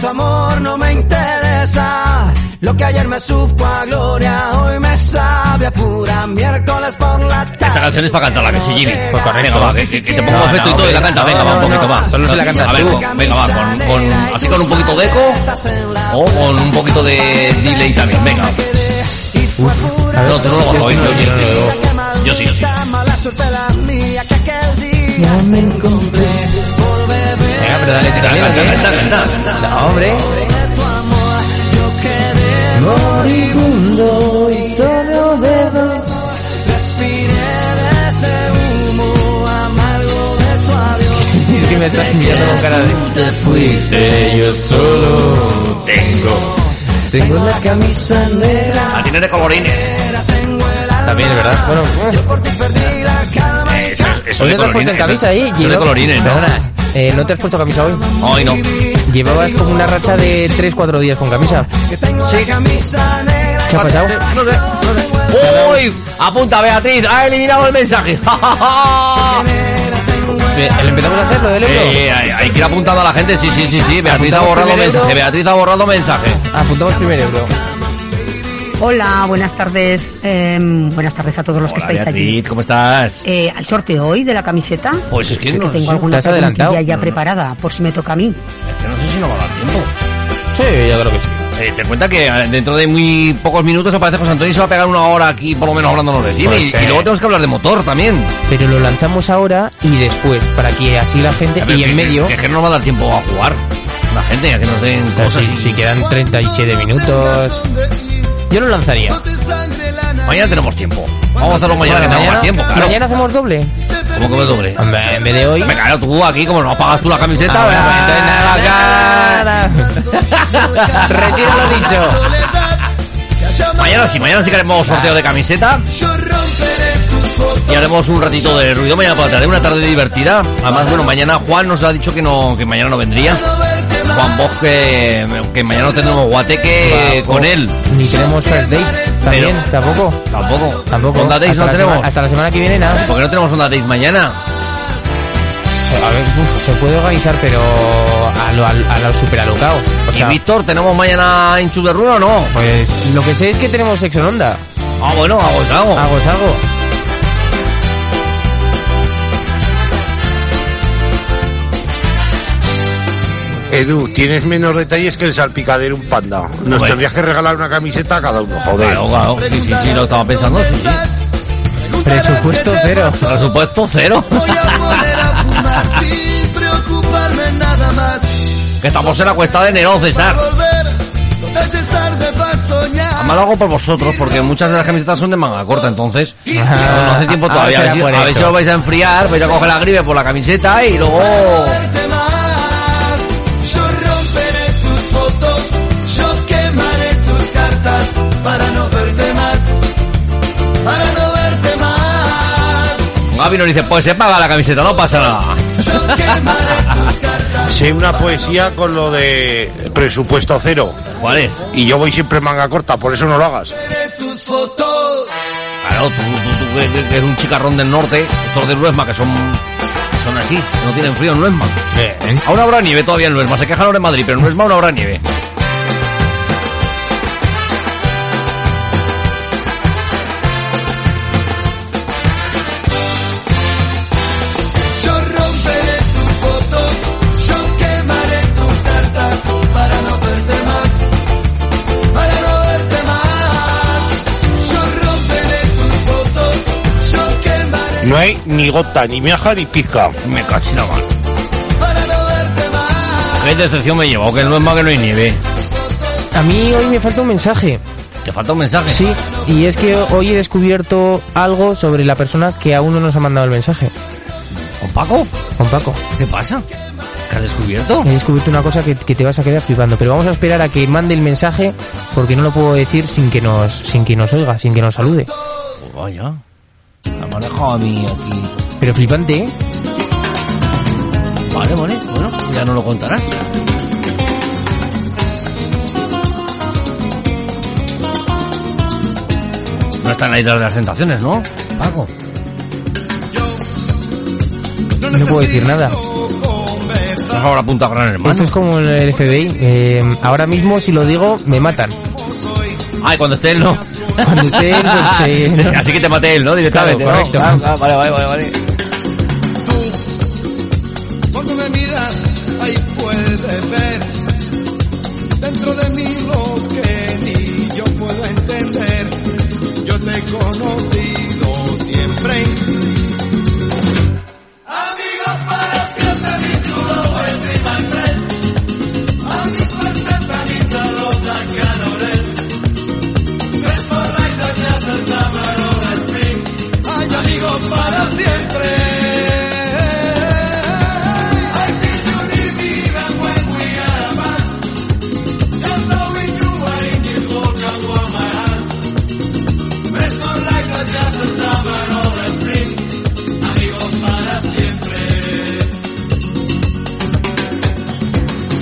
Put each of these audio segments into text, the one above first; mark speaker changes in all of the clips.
Speaker 1: tu amor no me interesa. Lo que ayer me supo a gloria, hoy me sabe a pura miércoles por la tarde.
Speaker 2: Esta canción es para cantarla, que sí, Jimmy.
Speaker 3: Pues correcto.
Speaker 2: Venga, va, que, que- que te pongo
Speaker 3: No,
Speaker 2: efecto y
Speaker 3: no,
Speaker 2: todo y la
Speaker 3: no,
Speaker 2: canta.
Speaker 3: no,
Speaker 2: Ah, Venga, va, un
Speaker 3: no,
Speaker 2: poquito,
Speaker 3: no,
Speaker 2: va.
Speaker 3: solo si la cantas
Speaker 2: A ver,
Speaker 3: tú.
Speaker 2: con- venga, va, con, con- así con un poquito de eco o con un poquito de delay también. Venga. No, tú no lo vas a oír, yo sí, yo- yo sí, yo sí.
Speaker 3: Venga, pero dale tú
Speaker 2: Canta,
Speaker 3: también, ¿o
Speaker 2: canta,
Speaker 3: qué?
Speaker 2: canta, canta.
Speaker 3: No, hombre.
Speaker 4: Moribundo y solo dedo.
Speaker 3: Es que me estás mirando con cara de...
Speaker 2: Te fuiste, yo solo tengo.
Speaker 3: Tengo una...
Speaker 4: camisa negra.
Speaker 2: A tener de colorines.
Speaker 3: También, es ¿verdad? Bueno, eh.
Speaker 2: Eso, eso
Speaker 3: ¿Hoy
Speaker 2: de
Speaker 3: no te has puesto
Speaker 2: colorines.
Speaker 3: en camisa ahí?
Speaker 2: Eso de
Speaker 3: Lleva-
Speaker 2: colorines, ¿no?
Speaker 3: Perdona, eh, ¿no te has puesto camisa hoy?
Speaker 2: Hoy no.
Speaker 3: Llevabas como una racha de 3-4 días con camisa. ¿Qué ha pasado?
Speaker 2: No sé, no sé. ¡Uy! Apunta, Beatriz, ha eliminado el mensaje. ¡Ja, ja, ja!
Speaker 3: Eh, ¿Le empezamos a hacer lo del euro?
Speaker 2: Eh, hay, hay que ir apuntando a la gente, sí, sí, sí, sí. Beatriz ha
Speaker 3: Apuntamos
Speaker 2: borrado
Speaker 3: primero.
Speaker 2: mensaje, Beatriz ha borrado mensaje.
Speaker 3: Apuntamos primero euro.
Speaker 5: Hola, buenas tardes. eh, buenas tardes a todos los que
Speaker 2: Hola,
Speaker 5: estáis allí.
Speaker 2: Beatriz, ¿cómo estás?
Speaker 5: Eh, ¿Al sorteo hoy de la camiseta?
Speaker 2: Pues es que,
Speaker 5: Es que
Speaker 2: no,
Speaker 5: tengo
Speaker 2: es
Speaker 5: alguna
Speaker 3: has adelantado?
Speaker 5: preguntilla ya
Speaker 3: No, no.
Speaker 5: preparada, por si me toca a mí.
Speaker 2: que no sé si no va a dar tiempo.
Speaker 3: Sí, yo creo que sí.
Speaker 2: Eh, te cuenta que eh, dentro de muy pocos minutos aparece José Antonio y se va a pegar una hora aquí, por lo menos hablándonos de cine.
Speaker 3: Pues
Speaker 2: y,
Speaker 3: sí.
Speaker 2: y luego tenemos que hablar de motor también.
Speaker 3: Pero lo lanzamos ahora y después, para que así la gente...
Speaker 2: A ver,
Speaker 3: Y
Speaker 2: que-
Speaker 3: en medio...
Speaker 2: Que, que no nos va a dar tiempo a jugar. La gente, a que nos den
Speaker 3: O sea,
Speaker 2: cosas.
Speaker 3: si,
Speaker 2: y-
Speaker 3: si quedan 37 minutos... Yo lo lanzaría.
Speaker 2: Mañana tenemos tiempo. Vamos a hacerlo mañana, que tenemos más tiempo, claro.
Speaker 3: ¿Mañana hacemos doble?
Speaker 2: ¿Cómo que me doble?
Speaker 3: Hombre, en vez de hoy...
Speaker 2: Me claro, tú aquí, como no pagas tú la camiseta,
Speaker 3: Ah,
Speaker 2: ah,
Speaker 3: nada. Retiro lo dicho.
Speaker 2: Mañana sí, mañana sí que haremos sorteo de camiseta. Y haremos un ratito de ruido mañana por la tarde, una tarde divertida. Además, bueno, mañana Juan nos ha dicho que no, que mañana no vendría. Juan Bosch, que, que mañana no tendremos guateque eh, con él.
Speaker 3: Ni tenemos first date. También,
Speaker 2: Pero-
Speaker 3: tampoco.
Speaker 2: Tampoco.
Speaker 3: Tampoco.
Speaker 2: Onda Days
Speaker 3: Hasta
Speaker 2: no
Speaker 3: la
Speaker 2: tenemos.
Speaker 3: semana- hasta la semana que viene nada.
Speaker 2: ¿Por qué no tenemos Onda Days mañana?
Speaker 3: A ver, uf, se puede organizar, pero a lo, a lo, a lo superalocado. O sea,
Speaker 2: ¿Y Víctor, tenemos mañana en de Runo o no?
Speaker 3: pues lo que sé es que tenemos sexo en onda.
Speaker 2: Ah, bueno, agotado.
Speaker 3: Hago es hago.
Speaker 6: Edu, tienes menos detalles que el salpicadero un panda. Nos
Speaker 2: Bueno.
Speaker 6: tendrías que regalar una camiseta a cada uno, joder.
Speaker 2: Claro, claro. Sí, sí, sí, lo estaba pensando. Sí, sí.
Speaker 3: Presupuesto cero.
Speaker 2: Presupuesto cero. Que estamos en la cuesta de Nerón, César. Además lo hago por vosotros, porque muchas de las camisetas son de manga corta, entonces
Speaker 3: Ah,
Speaker 2: no hace tiempo
Speaker 3: ah,
Speaker 2: todavía. A ver,
Speaker 3: será
Speaker 2: si,
Speaker 3: por
Speaker 2: a ver
Speaker 3: eso.
Speaker 2: si os vais a enfriar, vais a coger la gripe por la camiseta y luego... Gaby nos dice, pues se paga la camiseta, no pasa nada.
Speaker 6: Sé una poesía con lo de presupuesto cero.
Speaker 2: ¿Cuál es?
Speaker 6: Y yo voy siempre en manga corta, por eso no lo hagas.
Speaker 2: Claro, tú, tú- tú que, que- que eres un chicarrón del norte, estos de Luesma que son, son así, no tienen frío en Luesma. Aún habrá nieve todavía en Luesma, se quejan ahora en Madrid, pero en Luesma aún habrá nieve.
Speaker 6: No hay ni gota, ni miaja, ni pizca.
Speaker 2: Me cachina mal. Qué decepción me llevo, que en Luesma que no hay nieve.
Speaker 3: A mí hoy me falta un mensaje.
Speaker 2: Te falta un mensaje.
Speaker 3: Sí, y es que hoy he descubierto algo sobre la persona que aún no nos ha mandado el mensaje.
Speaker 2: ¿Con Paco?
Speaker 3: Con Paco.
Speaker 2: ¿Qué pasa? ¿Qué has descubierto?
Speaker 3: He descubierto una cosa que, que te vas a quedar flipando, pero vamos a esperar a que mande el mensaje porque no lo puedo decir sin que nos sin que nos oiga, sin que nos salude.
Speaker 2: Pues vaya. Me han dejado a mí aquí.
Speaker 3: Pero flipante, ¿eh?
Speaker 2: Vale, vale. Bueno, ya no lo contarás. No están ahí las de las tentaciones, ¿no? Paco.
Speaker 3: No puedo decir nada.
Speaker 2: No, favor apunta a Gran
Speaker 3: Esto
Speaker 2: Hermano?
Speaker 3: es como el- el FBI. eh, ahora mismo, si lo digo, me matan.
Speaker 2: Ay, cuando esté él no.
Speaker 3: Cuando esté él, pues, eh, no.
Speaker 2: Así que te maté él, ¿no? Directamente.
Speaker 3: Claro,
Speaker 2: ¿no?
Speaker 3: correcto.
Speaker 2: Ah, ah, vale, vale, vale, vale.
Speaker 7: Cuando me miras, ahí puedes ver dentro de mí lo que ni yo puedo entender. Yo te he conocido siempre. Amigos para siempre, mi chulo es mi my friend. A mi fuerza está mi salota calorel. Tres por la Italia, Santa Marona Spring. Ay, amigos para siempre.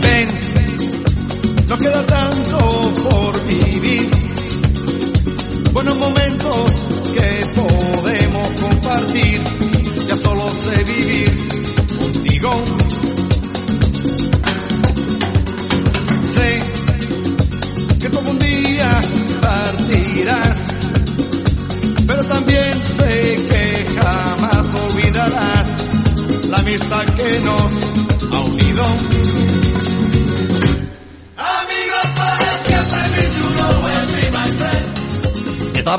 Speaker 7: Ven, no queda tanto por vivir. Buenos momentos que podemos compartir. Ya solo sé vivir contigo. Sé que tú un día partirás, pero también sé que jamás olvidarás la amistad que nos ha unido.
Speaker 2: Estaba